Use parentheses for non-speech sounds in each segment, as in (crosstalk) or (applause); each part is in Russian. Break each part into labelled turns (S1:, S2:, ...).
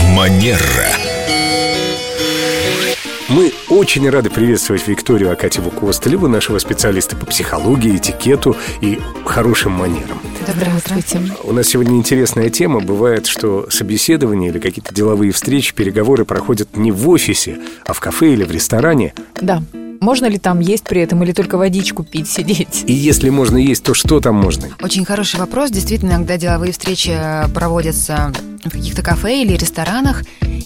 S1: Венера.
S2: Мы очень рады приветствовать Викторию Акатьеву Костылеву, нашего специалиста по психологии, этикету и хорошим манерам.
S3: Здравствуйте.
S2: У нас сегодня интересная тема. Бывает, что собеседования или какие-то деловые встречи, переговоры проходят не в офисе, а в кафе или в ресторане.
S3: Да. Можно ли там есть при этом или только водичку пить, сидеть?
S2: И если можно есть, то что там можно?
S4: Очень хороший вопрос. Действительно, иногда деловые встречи э, проводятся в каких-то кафе или ресторанах.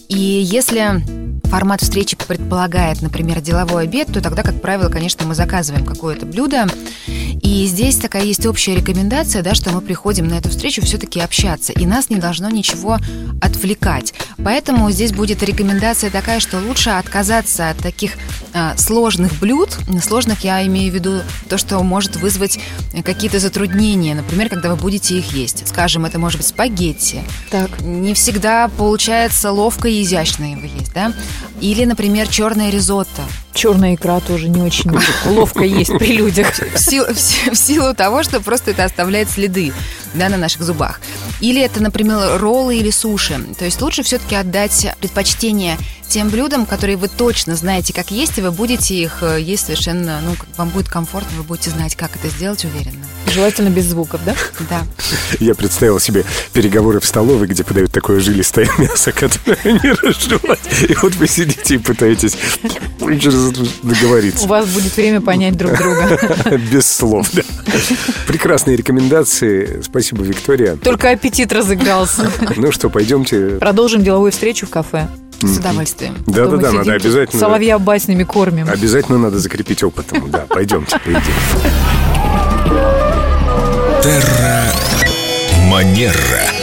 S4: И если формат встречи предполагает, например, деловой обед, то тогда, как правило, конечно, мы заказываем какое-то блюдо. И здесь такая есть общая рекомендация, да, что мы приходим на эту встречу все-таки общаться, и нас не должно ничего отвлекать. Поэтому здесь будет рекомендация такая, что лучше отказаться от таких а, сложных блюд. Сложных я имею в виду то, что может вызвать какие-то затруднения, например, когда вы будете их есть. Скажем, это может быть спагетти,
S3: Так.
S4: не всегда получается ловко и изящно его есть, да? Или, например, черное ризотто.
S3: Черная икра тоже не очень ловко есть при людях.
S4: В силу, в си- в силу того, что просто это оставляет следы да, на наших зубах. Или это, например, роллы или суши. То есть лучше все-таки отдать предпочтение тем блюдам, которые вы точно знаете, как есть, и вы будете их э, есть совершенно, ну, как вам будет комфортно, вы будете знать, как это сделать уверенно.
S3: Желательно без звуков, да?
S4: Да.
S2: Я представил себе переговоры в столовой, где подают такое жилистое (laughs) мясо, которое не разжевать. И вот вы сидите и пытаетесь
S3: У (laughs)
S2: договориться.
S3: вас будет время понять друг друга.
S2: Без слов, да. Прекрасные рекомендации. Спасибо, Виктория.
S3: Только аппетит разыгрался.
S2: Ну что, пойдемте.
S3: Продолжим деловую встречу в кафе.
S4: С удовольствием.
S3: Потом
S2: Да-да-да, надо
S3: мы сидим тут,
S2: обязательно...
S3: Соловья баснями кормим.
S2: Обязательно надо закрепить опытом. Да, пойдемте, пойдемте.
S1: Манера.